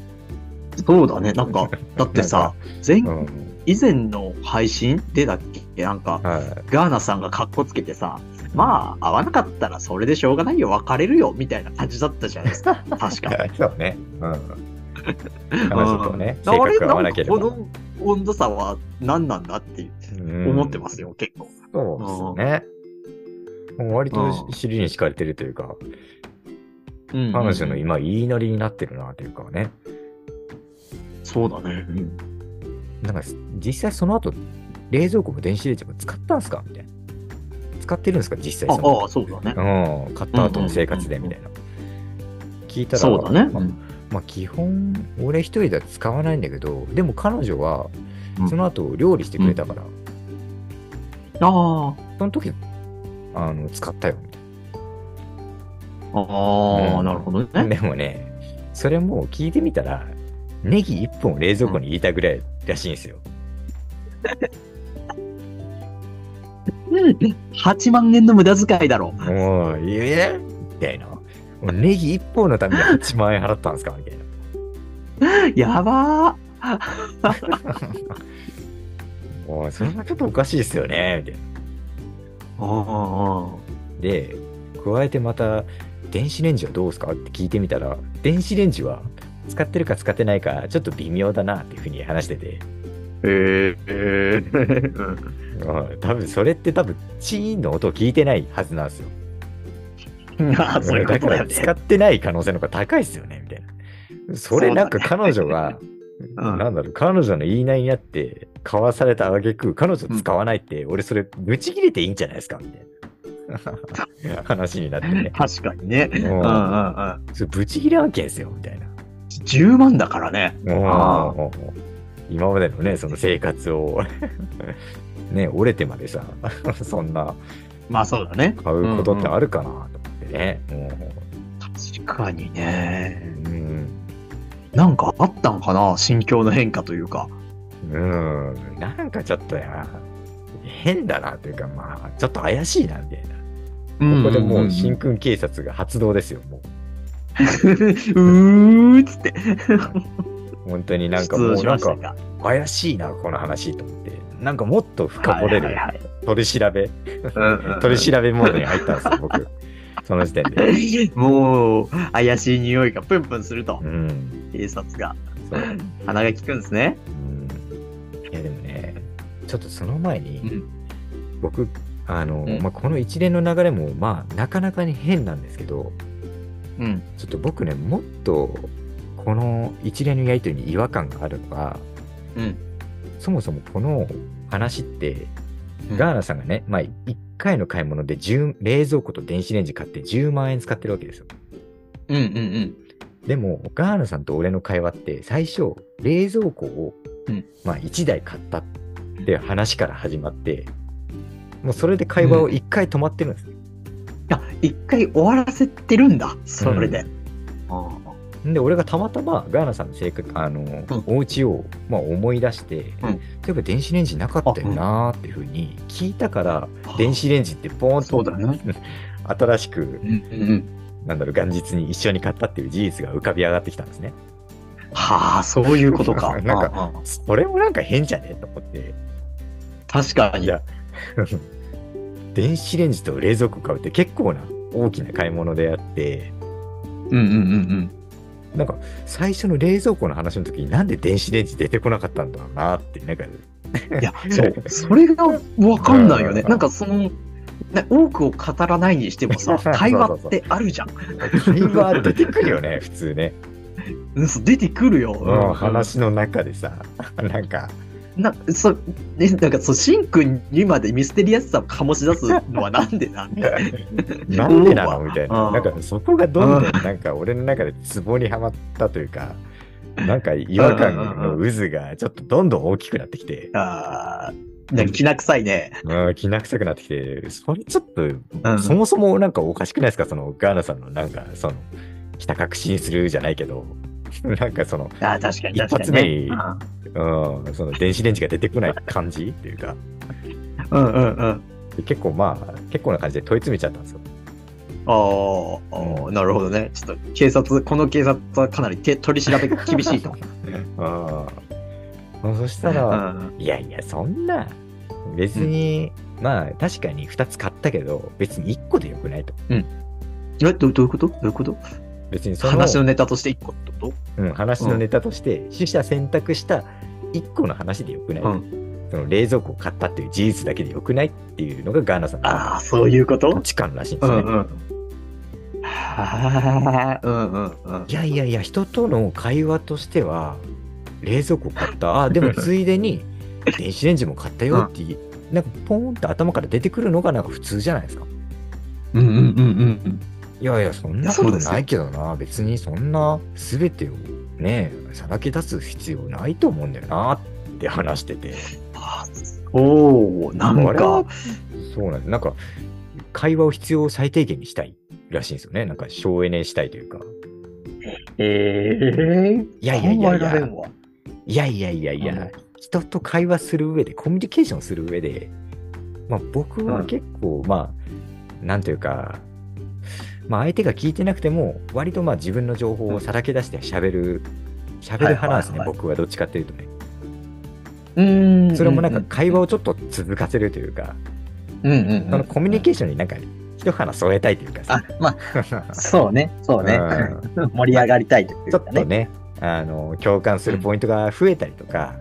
Speaker 2: そうだね。なん か、だってさ、前
Speaker 1: うん。
Speaker 2: 以前の配信でだっけなんか、
Speaker 1: はい。
Speaker 2: ガーナさんがカッコつけてさ、まあ、合わなかったらそれでしょうがないよ、別れるよ、みたいな感じだったじゃないですか。確か。
Speaker 1: そうね。うん。彼女とね、
Speaker 2: うん
Speaker 1: 性格が合わ な
Speaker 2: あれなん
Speaker 1: け
Speaker 2: か
Speaker 1: れば。
Speaker 2: こ。の温度差は何なんだって思ってますすよ、結構。
Speaker 1: そうですね。もう割と
Speaker 2: うん
Speaker 1: 尻に敷かれてるというか、
Speaker 2: うん
Speaker 1: 彼女の今言いなりになってるなというかね。
Speaker 2: そうだね。
Speaker 1: なんか実際その後、冷蔵庫も電子レンジも使ったんすかみたいな。使ってるんですか実際
Speaker 2: あ
Speaker 1: その。
Speaker 2: あ、そうだね。
Speaker 1: うん、買った後の生活でみたいな。聞いたら、
Speaker 2: そうだね。
Speaker 1: まあまあ基本、俺一人では使わないんだけど、でも彼女は
Speaker 2: うん
Speaker 1: その後料理してくれたから、
Speaker 2: あ
Speaker 1: その時あの使ったよみたいな。
Speaker 2: あ、あ
Speaker 1: う
Speaker 2: あ、
Speaker 1: ん
Speaker 2: なるほどね。
Speaker 1: でもね、それも聞いてみたら、ネギ1本冷蔵庫に入れたぐらいらしいんですよ。
Speaker 2: 8万円の無駄遣いだろ。
Speaker 1: もう、ええみたいな。もうネギ1本のために8万円払ったんですかみたいな。
Speaker 2: やば
Speaker 1: もう、それはちょっとおかしいですよね。みたいな。
Speaker 2: ー。ああ。
Speaker 1: で、加えてまた、電子レンジはどうですかって聞いてみたら、電子レンジは使ってるか使ってないか、ちょっと微妙だなっていうふうに話してて、
Speaker 2: ええー。
Speaker 1: うん多分それって多分、チーンの音を聞いてないはずなんですよ。
Speaker 2: あ あ、そういうこ
Speaker 1: だ
Speaker 2: と
Speaker 1: か
Speaker 2: だ
Speaker 1: ら
Speaker 2: よ
Speaker 1: 使
Speaker 2: ね。
Speaker 1: ってない可能性の方が高いですよね、みたいな。それなんか彼女が、
Speaker 2: うん
Speaker 1: なんだろう、彼女の言いなりになって、買わされた挙句彼女使わないって、俺それ、ぶち切れていいんじゃないですかみた いな話になってね。
Speaker 2: 確かにね。
Speaker 1: うん
Speaker 2: うんうんうん。
Speaker 1: それぶち切れ案件ですよ、みたいな。
Speaker 2: 10万だからね。あ
Speaker 1: うん今までのね、その生活を、 ね、折れてまでさ、 そんな
Speaker 2: まあそうだね。
Speaker 1: 買うことってあるかなと思ってね。うん
Speaker 2: 確かにね。
Speaker 1: うん
Speaker 2: なんかあったんかな心境の変化というか。
Speaker 1: うん、なんかちょっとな、変だなというか、まあ、ちょっと怪しいな、みたいな。ここでもう、
Speaker 2: 心
Speaker 1: 新君警察が発動ですよ、も
Speaker 2: うーっつって。
Speaker 1: う。本当になんかもう、
Speaker 2: 出
Speaker 1: な
Speaker 2: 動
Speaker 1: ん
Speaker 2: しま
Speaker 1: か
Speaker 2: したが
Speaker 1: 怪しいな、この話と思って。なんかもっと深掘れ
Speaker 2: はい
Speaker 1: る
Speaker 2: はいはい
Speaker 1: 取り調べ、
Speaker 2: うんうん
Speaker 1: 取り調べモードに入ったん ですよ、僕。その時点で。
Speaker 2: もう、怪しい匂いがプンプンすると
Speaker 1: う、ん。
Speaker 2: 警察が。
Speaker 1: そう。
Speaker 2: 鼻が利くんですね。
Speaker 1: うんいやでもね、ちょっとその前に、
Speaker 2: うん
Speaker 1: 僕、あの、
Speaker 2: うん
Speaker 1: まあ、この一連の流れも、まあ、なかなかに変なんですけど、
Speaker 2: うん。
Speaker 1: ちょっと僕ね、もっと、この一連のやりとりに違和感があるのが、
Speaker 2: うん。
Speaker 1: そもそもこの話って、ガーナさんがね、まあ、1回の買い物で10冷蔵庫と電子レンジ買って10万円使ってるわけですよ。
Speaker 2: うんうん
Speaker 1: でも、ガーナさんと俺の会話って、最初、冷蔵庫を、
Speaker 2: うん
Speaker 1: まあ、1台買ったって話から始まって、もうそれで会話を1回止まってるんです。
Speaker 2: うん。あ、一回終わらせてるんだ、それで。あ
Speaker 1: で、俺がたまたまガーナさんの性格、あの、お家を、まあ、思い出して、
Speaker 2: うん
Speaker 1: 例えば電子レンジなかったよなーっていうふうに聞いたから、
Speaker 2: あ
Speaker 1: 電子レンジってポーン
Speaker 2: そう
Speaker 1: と
Speaker 2: だね。
Speaker 1: 新しく
Speaker 2: う、んうんうん。
Speaker 1: なんだろう、元日に一緒に買ったっていう事実が浮かび上がってきたんですね。
Speaker 2: はあ、そういうこと
Speaker 1: な
Speaker 2: か。
Speaker 1: んか
Speaker 2: ああ
Speaker 1: それもなんか変じゃねと思って。
Speaker 2: 確か
Speaker 1: い
Speaker 2: に。
Speaker 1: や、 電子レンジと冷蔵庫買うって結構な大きな買い物であって、
Speaker 2: うんうんうん
Speaker 1: なんか最初の冷蔵庫の話の時になんで電子レンジ出てこなかったんだろうなって、なんか、
Speaker 2: うん。いや、そう。それがわかんないよね。
Speaker 1: うん
Speaker 2: なんか その、ね多くを語らないにして もさ、会話ってあるじゃん。
Speaker 1: 会話出てくるよね、普通ね。
Speaker 2: うんそう出てくるよ。
Speaker 1: うん、話の中でさ、なんか、
Speaker 2: なそうねなんかそうシンくんにまでミステリアスさを醸し出すのはなんでなんだ
Speaker 1: なんでなのみたい
Speaker 2: あ
Speaker 1: な。
Speaker 2: ー
Speaker 1: なんかそこがどんどんなんか俺の中でツボにはまったというか、なんか違和感の渦がちょっとどんどん大きくなってきて、
Speaker 2: あーなんかきな臭いね。
Speaker 1: うん、気な臭くなってきて、それちょっと、
Speaker 2: うん
Speaker 1: そもそもなんかおかしくないですかそのガーナさんのなんか、その、ひた隠しにするじゃないけど、 なんかその、
Speaker 2: あー確かに確かに、ね。
Speaker 1: 一うん、その電子レンジが出てこない感じっていうか、
Speaker 2: うんうんうんうん。
Speaker 1: で結構まあ、結構な感じで問い詰めちゃったんですよ。
Speaker 2: あーあー、なるほどね。ちょっと警察、この警察はかなり手取り調べが厳しいと。
Speaker 1: うん。そ した
Speaker 2: う
Speaker 1: ら、
Speaker 2: ん
Speaker 1: いやいや、そんな、別に、まあ、確かに2つ買ったけど、別に1個でよくないと。
Speaker 2: えどどういうことどういうこと
Speaker 1: 別にその
Speaker 2: 話のネタとして一個ってこ
Speaker 1: うん、話のネタとして、取捨選択した1個の話でよくない、
Speaker 2: と、
Speaker 1: その冷蔵庫を買ったっていう事実だけでよくないっていうのがガーナさんの
Speaker 2: ああ、そういうこと
Speaker 1: 価値観らしいんで
Speaker 2: う
Speaker 1: すね。
Speaker 2: んうん。はあ、うんうんうん
Speaker 1: い。やいやいや、人との会話としては、冷蔵庫買った、 あでもついでに電子レンジも買ったよって、なんかポーンって頭から出てくるのがなんか普通じゃないですか。
Speaker 2: うんうんうんうん
Speaker 1: いやいや、そんなこ
Speaker 2: そう
Speaker 1: と
Speaker 2: ですよ
Speaker 1: ないけどな、別にそんな全てをね、さらけ出す必要ないと思うんだよなって話してて。
Speaker 2: あおおなん
Speaker 1: あれ
Speaker 2: か
Speaker 1: は、そうなんです。なんか、会話を必要最低限にしたいらしいんですよね。なんか省エネしたいというか。
Speaker 2: ええ
Speaker 1: いやいやいやいや、
Speaker 2: わ。
Speaker 1: いやいやいやい
Speaker 2: うん
Speaker 1: や、人と会話する上で、コミュニケーションする上で、まあ僕は結構、まあ、なんというか、まあ相手が聞いてなくても、割とまあ自分の情報をさらけ出して喋る、喋る派なんですね、
Speaker 2: はいはいはい
Speaker 1: 僕はどっちかっていうとね。
Speaker 2: うーん。
Speaker 1: それもなんか会話をちょっと続かせるというか、
Speaker 2: うんうんうん、
Speaker 1: そのコミュニケー
Speaker 2: シ
Speaker 1: ションになんか一花添えたいというかさ。
Speaker 2: あ、まあ、そうね、そうね。 盛り上がりたいという
Speaker 1: ちょ
Speaker 2: か
Speaker 1: っ
Speaker 2: ね。
Speaker 1: とね、あの共感するポイントが増えたりとか、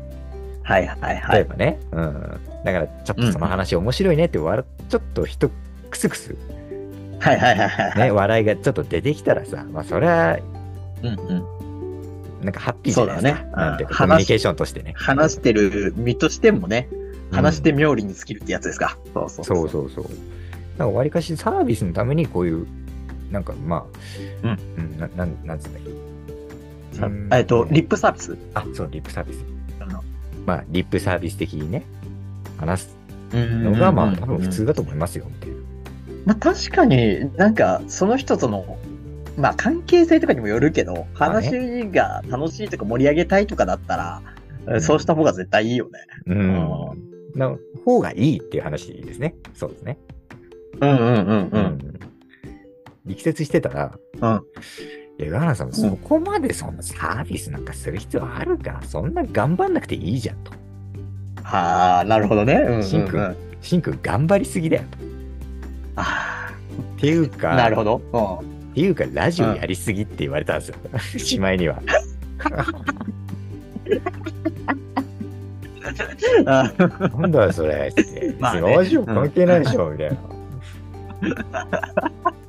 Speaker 2: はいはいは
Speaker 1: 例え
Speaker 2: い。
Speaker 1: ばね、うん、だからちょっとその話面白いねって笑、ちょっと人くすくす、
Speaker 2: はいはいはいはい。
Speaker 1: ね、笑いがちょっと出てきたらさ、まあ、それは
Speaker 2: うんうん。
Speaker 1: なんかハッピーじゃないですか、
Speaker 2: そうだね
Speaker 1: なんていうか
Speaker 2: うん
Speaker 1: コミュニケーションとしてね。
Speaker 2: 話してる身としてもね、話して
Speaker 1: み
Speaker 2: 妙利に尽きるってやつですか。そうそう
Speaker 1: そうそうそう。なんかわりかしサービスのためにこういう、なんかまあ、うん、ななんなんつうんだっけ
Speaker 2: さえっと、リ
Speaker 1: ップ。
Speaker 2: ップサービス
Speaker 1: あ、そう、リップサービス
Speaker 2: あの。
Speaker 1: まあ、リップサービス的にね、話すの
Speaker 2: の
Speaker 1: が、まあ、多分普通だと思いますよ、みたいな。
Speaker 2: まあ、確かになんかその人とのまあ関係性とかにもよるけど、話が楽しいとか盛り上げたいとかだったら、
Speaker 1: ん
Speaker 2: そうした方が絶対いいよね。
Speaker 1: うん。の方がいいっていう話ですね。そうですね。
Speaker 2: うんうんうん
Speaker 1: う。ん。力説してたら、
Speaker 2: うん。
Speaker 1: いや、ガーナさん、そこまでそんなサービスなんかする必要あるか、そんな頑張んなくていいじゃんと。
Speaker 2: はあ、なるほどね。うんうん、
Speaker 1: シンくん
Speaker 2: うん。
Speaker 1: シンくん頑張りすぎだよと。
Speaker 2: あ
Speaker 1: っていう
Speaker 2: あ、
Speaker 1: か、
Speaker 2: なるほど。うん。
Speaker 1: っていうか、ラジオやりすぎって言われたんですよ。 しまいには。
Speaker 2: あ
Speaker 1: なんだよ、それ。って。
Speaker 2: まあね
Speaker 1: ラジオ関係ないでしょ、みたいな。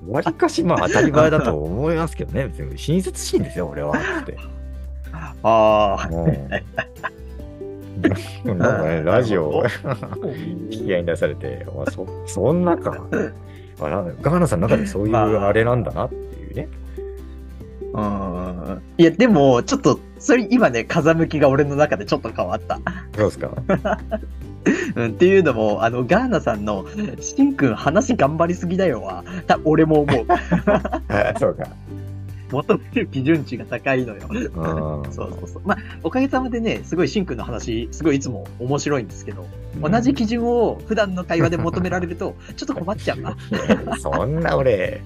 Speaker 1: わりかし、まあ、当たり前だと思いますけどね。別に親切心ですよ、俺は。つ って。
Speaker 2: あ
Speaker 1: もう なんかね、ラジオを引き合いに出されて、お前そそんなか。あなガーナさんの中でそういう
Speaker 2: まあ
Speaker 1: あれなんだなっていうね。
Speaker 2: ー。うん。いや、でも、ちょっと、それ今ね、風向きが俺の中でちょっと変わった。
Speaker 1: どうですか
Speaker 2: うん、っていうのも、あの、ガーナさんの、シンくん話頑張りすぎだよは、た俺も思う。
Speaker 1: あそうか。
Speaker 2: 求める基準値が高いのよ。
Speaker 1: ん
Speaker 2: そうそうそう。まあ、おかげさまでね、すごいシンくんの話、すごいいつも面白いんですけど、同じ基準を普段の会話で求められる と、ちょっと困っちゃうな。
Speaker 1: うん そんな俺、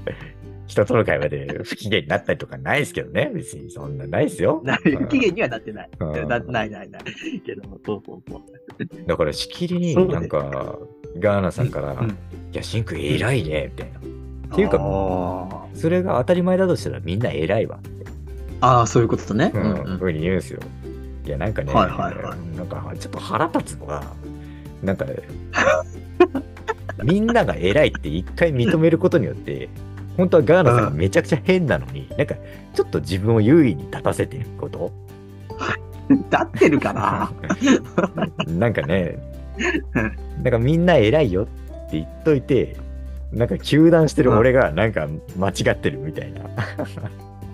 Speaker 1: 人との会話で不機嫌になったりとかないですけどね。別にそんなないですよ。
Speaker 2: な
Speaker 1: うん
Speaker 2: 不機嫌にはなってない。
Speaker 1: うん
Speaker 2: なないないない。けど、そうそうそう。
Speaker 1: だからしきりに
Speaker 2: そうね
Speaker 1: なんか、ガーナさんから、
Speaker 2: うん
Speaker 1: いや、シンくん偉いね、みたいな。ていうか
Speaker 2: あ
Speaker 1: それが当たり前だとしたらみんな偉いわ。
Speaker 2: ーあー、そういうことね。
Speaker 1: う
Speaker 2: うんん、
Speaker 1: ふ
Speaker 2: うん。
Speaker 1: うに言うんですよ。いや、なんかね、
Speaker 2: はいはいは
Speaker 1: なんかちょっと腹立つのが、なんか、ね、みんなが偉いって一回認めることによって、本当はガーナさんがめちゃくちゃ変なのに、なんか、ちょっと自分を優位に立たせてること
Speaker 2: 立ってるか な
Speaker 1: なんかね、なんかみんな偉いよって言っといて、なんか、糾弾してる俺が、なんか、間違ってるみたいな、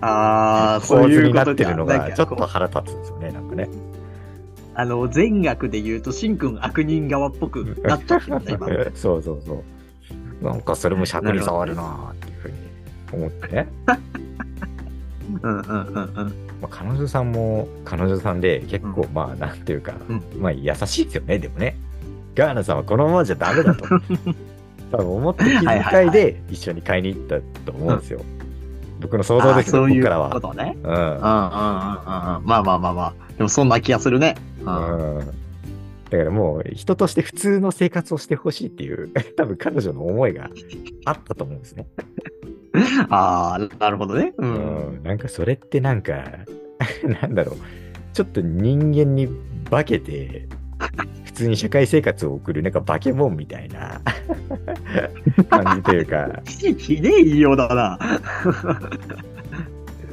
Speaker 2: ああ、そ
Speaker 1: 構
Speaker 2: う
Speaker 1: 図
Speaker 2: い
Speaker 1: に
Speaker 2: う
Speaker 1: な
Speaker 2: こ
Speaker 1: っ
Speaker 2: と
Speaker 1: て
Speaker 2: か
Speaker 1: るの
Speaker 2: なん
Speaker 1: が、
Speaker 2: か
Speaker 1: ちょっ
Speaker 2: こと
Speaker 1: 腹立つんですよね、なんかね。
Speaker 2: うあの、全額で言うと、しんくん悪人側っぽくなっちゃってるんだ、今。
Speaker 1: そうそうそう。なんかそれも尺に触るなーっていうふうに思ってね。
Speaker 2: うんうんうんうん。
Speaker 1: まあ、彼女さんも彼女さんで結構
Speaker 2: う
Speaker 1: まあなんていうか、
Speaker 2: うん
Speaker 1: まあ優しいですよね、でもね。ガーナさんはこのままじゃダメだと。 多分思って気
Speaker 2: はいは
Speaker 1: 遣
Speaker 2: い
Speaker 1: い
Speaker 2: は
Speaker 1: で一緒に買いに行ったと思うんですよ。僕の想像ですけ
Speaker 2: あ
Speaker 1: ど、こ
Speaker 2: ーそうい
Speaker 1: こ
Speaker 2: う
Speaker 1: から
Speaker 2: こ
Speaker 1: は。
Speaker 2: とね。
Speaker 1: う
Speaker 2: うん
Speaker 1: ん
Speaker 2: うんうんうんうん。まあまあまあまあ。でもそんな気がするね。うん。
Speaker 1: うんだからもう人として普通の生活をしてほしいっていう、 多分彼女の思いがあったと思うんですね。
Speaker 2: ああ、なるほどね。う。
Speaker 1: うんん、なんかそれってなんか なんだろうちょっと人間に化けて普通に社会生活を送るなんか化け物みたい な感じというか
Speaker 2: ひでえ言いようだな。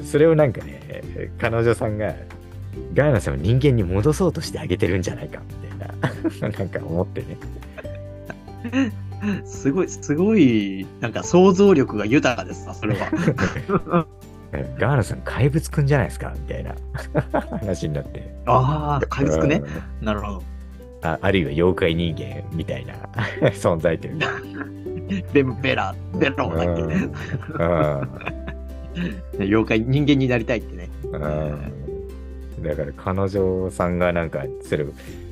Speaker 1: それをなんかね彼女さんがガーナさんを人間に戻そうとしてあげてるんじゃないかみたいな なんか思ってね
Speaker 2: すごい、すごい、なんか想像力が豊かですな、それ は。
Speaker 1: ガーナさん怪物くんじゃないですかみたいな 話になって
Speaker 2: ああ、怪物くね
Speaker 1: う。ん
Speaker 2: なるほど。
Speaker 1: ああるいは妖怪人間みたいな 存在というか
Speaker 2: ベベラ、ベロだっけ、ね。
Speaker 1: うんうん
Speaker 2: 妖怪、人間になりたいってね。
Speaker 1: うんだから彼女さんがなんかそれ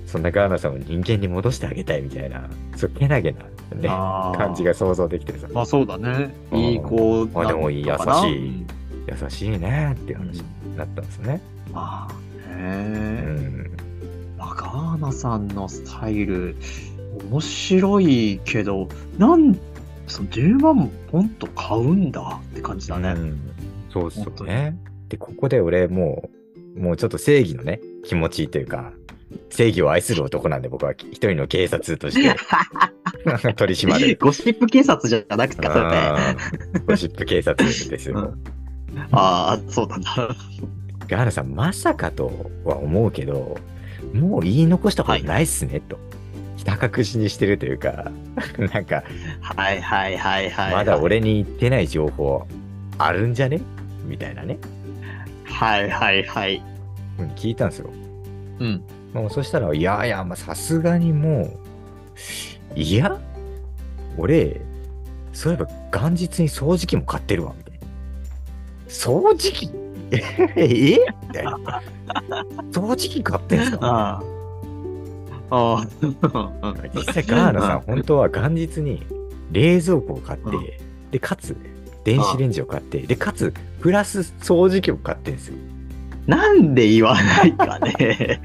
Speaker 1: そんなガーナさんを人間に戻してあげたいみたいなそうけなげな、ね、
Speaker 2: あー
Speaker 1: 感じが想像できてさ
Speaker 2: まあそうだね。いい子
Speaker 1: まあでもいい
Speaker 2: なのかな
Speaker 1: 優しい優しいねっていう話になったんですね。
Speaker 2: うんああ、
Speaker 1: う
Speaker 2: へえ。
Speaker 1: ん、
Speaker 2: まあガーナさんのスタイル、面白いけど、なん、その10万もポンと買うんだって感じだね。
Speaker 1: うんそうそ
Speaker 2: 本当
Speaker 1: う
Speaker 2: に
Speaker 1: ね。でここで俺もうもうちょっと正義のね気持ちというか正義を愛する男なんで僕は一人の警察として 取り締まる。
Speaker 2: ゴシップ警察じゃなくて、それね。
Speaker 1: うんゴシップ警察ですよ。
Speaker 2: うんああ、そうなんだ。
Speaker 1: ガーナさん、まさかとは思うけど、もう言い残したことないっすね、と。ひた隠しにしてるというか、 なんか、
Speaker 2: はいはいはいはい。
Speaker 1: まだ。俺に言ってない情報あるんじゃねみたいなね、
Speaker 2: はいはいはい。
Speaker 1: ふうに聞いたんですよ。
Speaker 2: うん。
Speaker 1: もうそしたら、いやいや、まあさすがにもう、いや、俺、そういえば元日に掃除機も買ってるわ、みたいな。掃除機 えみたいな。掃除機買ってんすか
Speaker 2: ああ。ああ。
Speaker 1: 実際ガーナさ
Speaker 2: うん
Speaker 1: ん、本当は元日に冷蔵庫を買って、
Speaker 2: う
Speaker 1: で、かつ、電子レンジを買って、で、かつ、プラス掃除機を買ってんすよ。
Speaker 2: なんで言わないかね。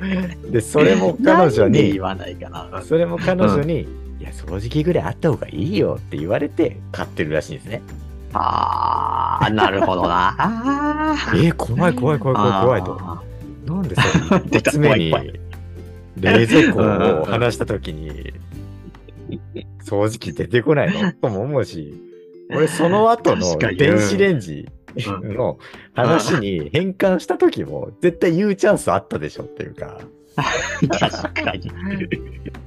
Speaker 1: で、 それも彼女
Speaker 2: なんで
Speaker 1: に
Speaker 2: 言、わないかな。
Speaker 1: それも彼女に、いや、掃除機ぐらいあった方がいいよって言われて買ってるらしいんですね。
Speaker 2: ああ、なるほど な。あー
Speaker 1: えー、怖い怖い怖い怖い怖いと。
Speaker 2: あ
Speaker 1: なんでさ、
Speaker 2: ー
Speaker 1: 一発目に
Speaker 2: 怖い
Speaker 1: 冷蔵庫を話したときに、掃除機出てこないのとも思うし、俺その後の
Speaker 2: 確かに
Speaker 1: 電子レンジ
Speaker 2: うん
Speaker 1: の話に変換したときも、絶対言うチャンスあったでしょっていうか、
Speaker 2: 怖い確かに。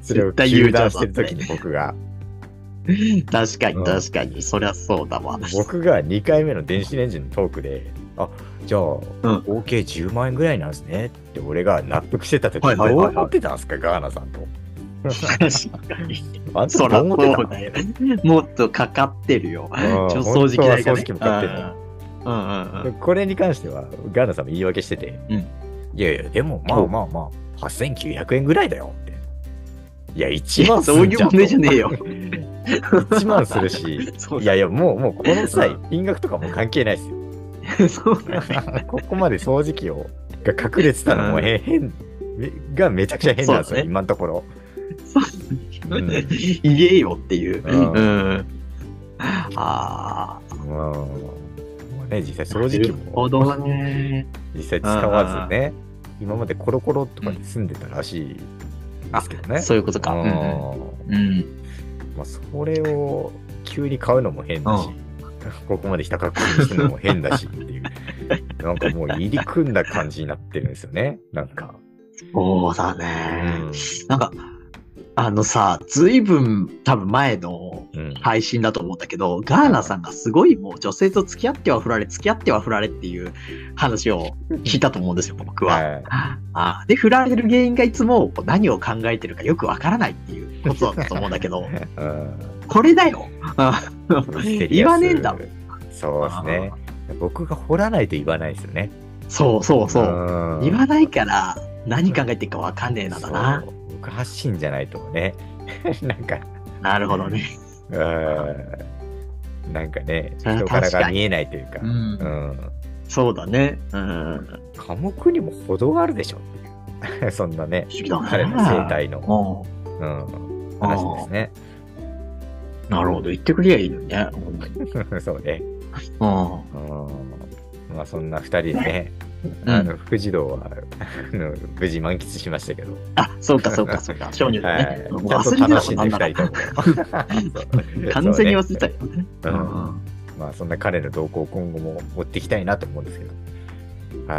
Speaker 1: それを
Speaker 2: 絶対言
Speaker 1: 糾
Speaker 2: うチャ
Speaker 1: 弾
Speaker 2: ンス
Speaker 1: し
Speaker 2: あってた
Speaker 1: ると
Speaker 2: ね
Speaker 1: きに僕が、
Speaker 2: 確か
Speaker 1: う
Speaker 2: に
Speaker 1: ん
Speaker 2: 確かに。そりゃそうだわ。
Speaker 1: 僕が2回目の電子レンジのトークで、あ、じゃあ、
Speaker 2: ん
Speaker 1: 合計10万円ぐらいなんですねって俺が納得してたとき、ど
Speaker 2: はいはいはいは
Speaker 1: う
Speaker 2: い
Speaker 1: 思ってたんですか、ガーナさんと。
Speaker 2: 確かに。
Speaker 1: あんた
Speaker 2: そら
Speaker 1: どう
Speaker 2: そ
Speaker 1: 思ってた
Speaker 2: うだよ。もっとかかってるよ。
Speaker 1: うん
Speaker 2: ちょ掃除機代が、ね。
Speaker 1: 本当は掃除機も買ってる
Speaker 2: うんうんうんうん。
Speaker 1: これに関しては、ガーナさんも言い訳してて、
Speaker 2: うん
Speaker 1: いやいや、でもまあまあまあ、8900円ぐらいだよって。いや、1
Speaker 2: いや
Speaker 1: 万す
Speaker 2: そう
Speaker 1: るじ
Speaker 2: いう
Speaker 1: ゃん。
Speaker 2: 問題じゃねえよ。
Speaker 1: 1万するし、
Speaker 2: そう
Speaker 1: いやいや、もう、もうこの際
Speaker 2: う、
Speaker 1: 金額とかもう関係ないですよ。
Speaker 2: そうだね。
Speaker 1: ここまで掃除機をが隠れてたのも
Speaker 2: うん
Speaker 1: 変、変めがめちゃくちゃ変なんです
Speaker 2: そう
Speaker 1: よ、
Speaker 2: だね
Speaker 1: 今のところ。うん
Speaker 2: 言えよっていう。
Speaker 1: うん
Speaker 2: うん。あ
Speaker 1: うんもうね、実際
Speaker 2: あ。
Speaker 1: 掃除機
Speaker 2: なるほ
Speaker 1: も
Speaker 2: どね。
Speaker 1: 実際使わずね、今までコロコロとかで住んでたらしいですけどね。
Speaker 2: そういうことか。
Speaker 1: う
Speaker 2: うんんうん。
Speaker 1: まあ、それを急に買うのも変だし、
Speaker 2: う
Speaker 1: ここまで来た格好にするのも変だしっていう、 なんかもう入り組んだ感じになってるんですよね、なんか。
Speaker 2: そうだ
Speaker 1: う
Speaker 2: ね。
Speaker 1: ん。
Speaker 2: なんか、あのさ、ずいぶん多分前の
Speaker 1: うん、
Speaker 2: 配信だと思うんだけど、ガーナさんがすごいもう女性と付き合っては振られ、付き合っては振られっていう話を聞いたと思うんですよ、僕は。
Speaker 1: はい
Speaker 2: あで、振られる原因がいつも何を考えてるかよくわからないっていうことだったと思うんだ けど、
Speaker 1: うん
Speaker 2: これだよ。あ
Speaker 1: ミステリアス
Speaker 2: 言わねえんだもん。
Speaker 1: そうですね。僕が掘らないと言わないですよね。
Speaker 2: そうそうそう。
Speaker 1: ん
Speaker 2: 言わないから何考えてるかわかんねえなだな
Speaker 1: そ。う僕発信じゃないとね。 なんか、
Speaker 2: なるほどね。
Speaker 1: うん。なんかね、
Speaker 2: あ
Speaker 1: 人柄
Speaker 2: 確
Speaker 1: が
Speaker 2: かに
Speaker 1: 見えないというか、
Speaker 2: ん
Speaker 1: うん。
Speaker 2: そうだね。うん。
Speaker 1: 科目にも程があるでしょっていう そんなね
Speaker 2: 不思議だね
Speaker 1: 彼の生態の、
Speaker 2: お
Speaker 1: うん、話ですね
Speaker 2: なるほど。言ってくりゃいいのにね。ほんまに
Speaker 1: そうね、
Speaker 2: うん。
Speaker 1: うん、まあそんな2人でね、
Speaker 2: うん
Speaker 1: あの副児童はあの無事満喫しましたけど、
Speaker 2: あ、そうかそうかそうか。少女だ
Speaker 1: は
Speaker 2: ね
Speaker 1: い。、
Speaker 2: もう
Speaker 1: ちゃん
Speaker 2: 忘
Speaker 1: と
Speaker 2: れてた
Speaker 1: 楽
Speaker 2: こ
Speaker 1: し
Speaker 2: と
Speaker 1: んで
Speaker 2: なんだから。
Speaker 1: 2人とも そう
Speaker 2: 完全に忘れてた
Speaker 1: そうね
Speaker 2: よ。う
Speaker 1: うん
Speaker 2: ん。
Speaker 1: まあそんな彼の動向を今後も追っていきたいなと思うんですけど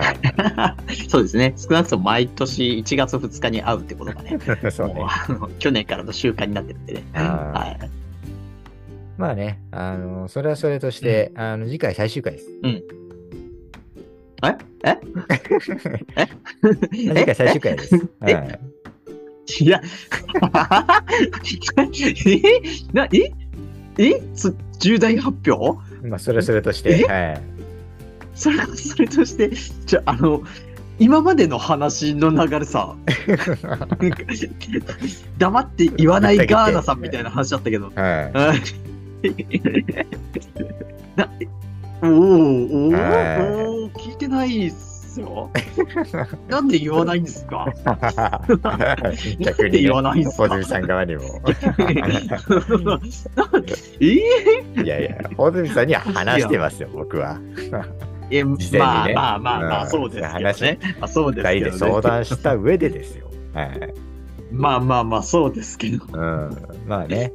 Speaker 1: はい
Speaker 2: そうですね。少なくとも毎年1月2日に会うってことがね、
Speaker 1: そう
Speaker 2: もう
Speaker 1: ね
Speaker 2: あの去年からの習慣になってるんでね。
Speaker 1: あー
Speaker 2: はい。
Speaker 1: まあねあのそれはそれとして、あの次回最終回です
Speaker 2: ええ
Speaker 1: 次回最終回です、は
Speaker 2: え
Speaker 1: い、
Speaker 2: いや、 えな、ええつ重大発表
Speaker 1: まあそれはそれとしてはい
Speaker 2: それはそれとして、じゃあ、あの、今までの話の流れさ、 なんか黙って言わないガーナさんみたいな話だったけど、
Speaker 1: はい
Speaker 2: はいなおーお
Speaker 1: はい
Speaker 2: ーおー聞いてないっ すよ。なんで言わないんですか
Speaker 1: 逆に、ね、
Speaker 2: なんで言わないんすか
Speaker 1: 小泉さん側にも。
Speaker 2: え え
Speaker 1: いやいや、小泉さんには話してますよ、僕は。
Speaker 2: え
Speaker 1: 事前にね
Speaker 2: まあまあまあま
Speaker 1: う
Speaker 2: あ、
Speaker 1: ん
Speaker 2: そうですけどね。まあそうで
Speaker 1: 二
Speaker 2: すけ
Speaker 1: 人
Speaker 2: ど、
Speaker 1: で
Speaker 2: ね。
Speaker 1: 相談した上でですよ。はい。
Speaker 2: まあまあまあ、そうですけど。
Speaker 1: うん。まあね。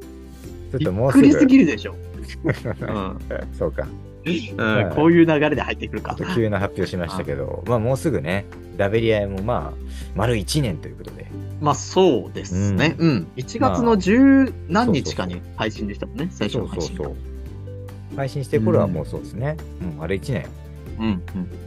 Speaker 1: ちょっ
Speaker 2: び
Speaker 1: とも
Speaker 2: っ
Speaker 1: うす
Speaker 2: く
Speaker 1: ぐ
Speaker 2: りすぎるでしょ。うん
Speaker 1: そうか。
Speaker 2: うんこういう流れで入ってくるか
Speaker 1: ちょっ。と急な発表しましたけど、まあもうすぐね、ダベリアもまあ、丸1年ということで。
Speaker 2: まあそうですね。うん。1月
Speaker 1: まあ
Speaker 2: の十何日か
Speaker 1: そう
Speaker 2: に配信でしたもんね、最初
Speaker 1: そ
Speaker 2: の
Speaker 1: うそ
Speaker 2: 配
Speaker 1: う
Speaker 2: 信が。
Speaker 1: そう。配信してる頃はもうそうですね。うん、丸1年。
Speaker 2: うん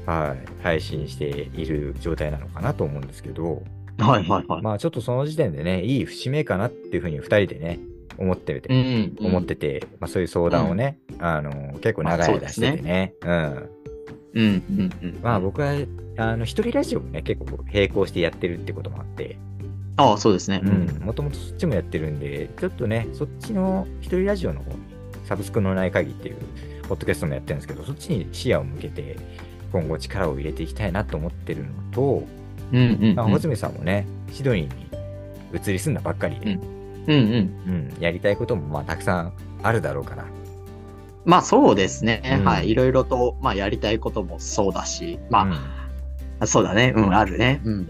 Speaker 1: はい、配信している状態なのかなと思うんですけど、
Speaker 2: うん。はいはいはい。
Speaker 1: まあちょっとその時点でね、いい節目かなっていうふうに2人でね、思ってて、
Speaker 2: ん
Speaker 1: 思ってて、まあそういう相談をね、あの、結構長い
Speaker 2: まあそう
Speaker 1: 間
Speaker 2: で
Speaker 1: し
Speaker 2: すね
Speaker 1: ててね、うん。
Speaker 2: うんうんうん。
Speaker 1: まあ僕は、あの、一人ラジオもね、結構並行してやってるってこともあって、
Speaker 2: ああ、そうですね。
Speaker 1: うん、もともとそっちもやってるんで、ちょっとね、そっちの一人ラジオの方に、サブスクのない限りっていう、ポッドキャストもやってるんですけど、そっちに視野を向けて、今後力を入れていきたいなと思ってるのと、
Speaker 2: うんうんうん。
Speaker 1: まあ、穂積さんもね、シドニーに移り住んだばっかりで、
Speaker 2: うんうん。
Speaker 1: うん、やりたいこともまあたくさんあるだろうから、
Speaker 2: まあそうですね。
Speaker 1: うん
Speaker 2: はい。いろいろと、まあやりたいこともそうだし、ま
Speaker 1: あ、
Speaker 2: あ、そうだね。うん、あるね。うん。
Speaker 1: うん、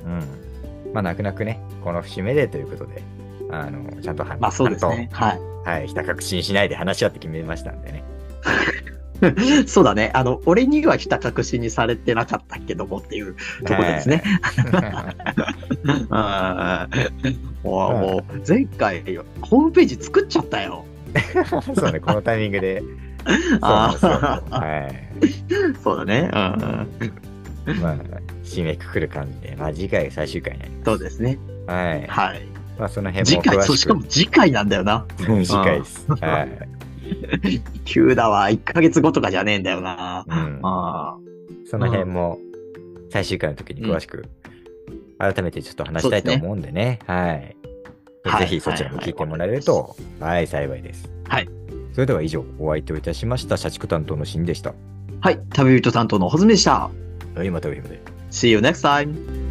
Speaker 1: まあ、泣く泣くね、この節目でということで、あの、ちゃんとは、
Speaker 2: まあそうですね。
Speaker 1: ち
Speaker 2: はい。
Speaker 1: ゃんとはい、ひた確信しないで話し合って決めましたんで ね。
Speaker 2: そうだね。あの、俺にはひた隠しにされてなかったけどもっていうとこで すね。うんもうもう前回、ホームページ作っちゃったよ。
Speaker 1: はい。そうね、このタイミングで。そうなん
Speaker 2: あ
Speaker 1: ですよ。
Speaker 2: あ
Speaker 1: はい。
Speaker 2: そうだね。うん
Speaker 1: まあ、締めくくる感じで、まあ、次回最終回になりま
Speaker 2: そうですね。
Speaker 1: す。はい。
Speaker 2: はい。
Speaker 1: まあ、その辺
Speaker 2: 次
Speaker 1: も詳
Speaker 2: 回、
Speaker 1: し
Speaker 2: そ
Speaker 1: く。
Speaker 2: うしかも次回なんだよな。
Speaker 1: うん次回です。はい。
Speaker 2: 急だわ。1ヶ月後とかじゃねえんだよな。
Speaker 1: うん
Speaker 2: あー
Speaker 1: その辺も最終回の時に詳しく、改めてちょっと話したいと思うんでね。はい。
Speaker 2: はい
Speaker 1: ぜひそちらも聞いてもらえると、はい、幸いです。
Speaker 2: はい。
Speaker 1: それでは以上、お相手をいたしました、社畜担当のシンでした。
Speaker 2: はい。旅人担当のホズミでした。
Speaker 1: はい、またお昼で。
Speaker 2: See you next time!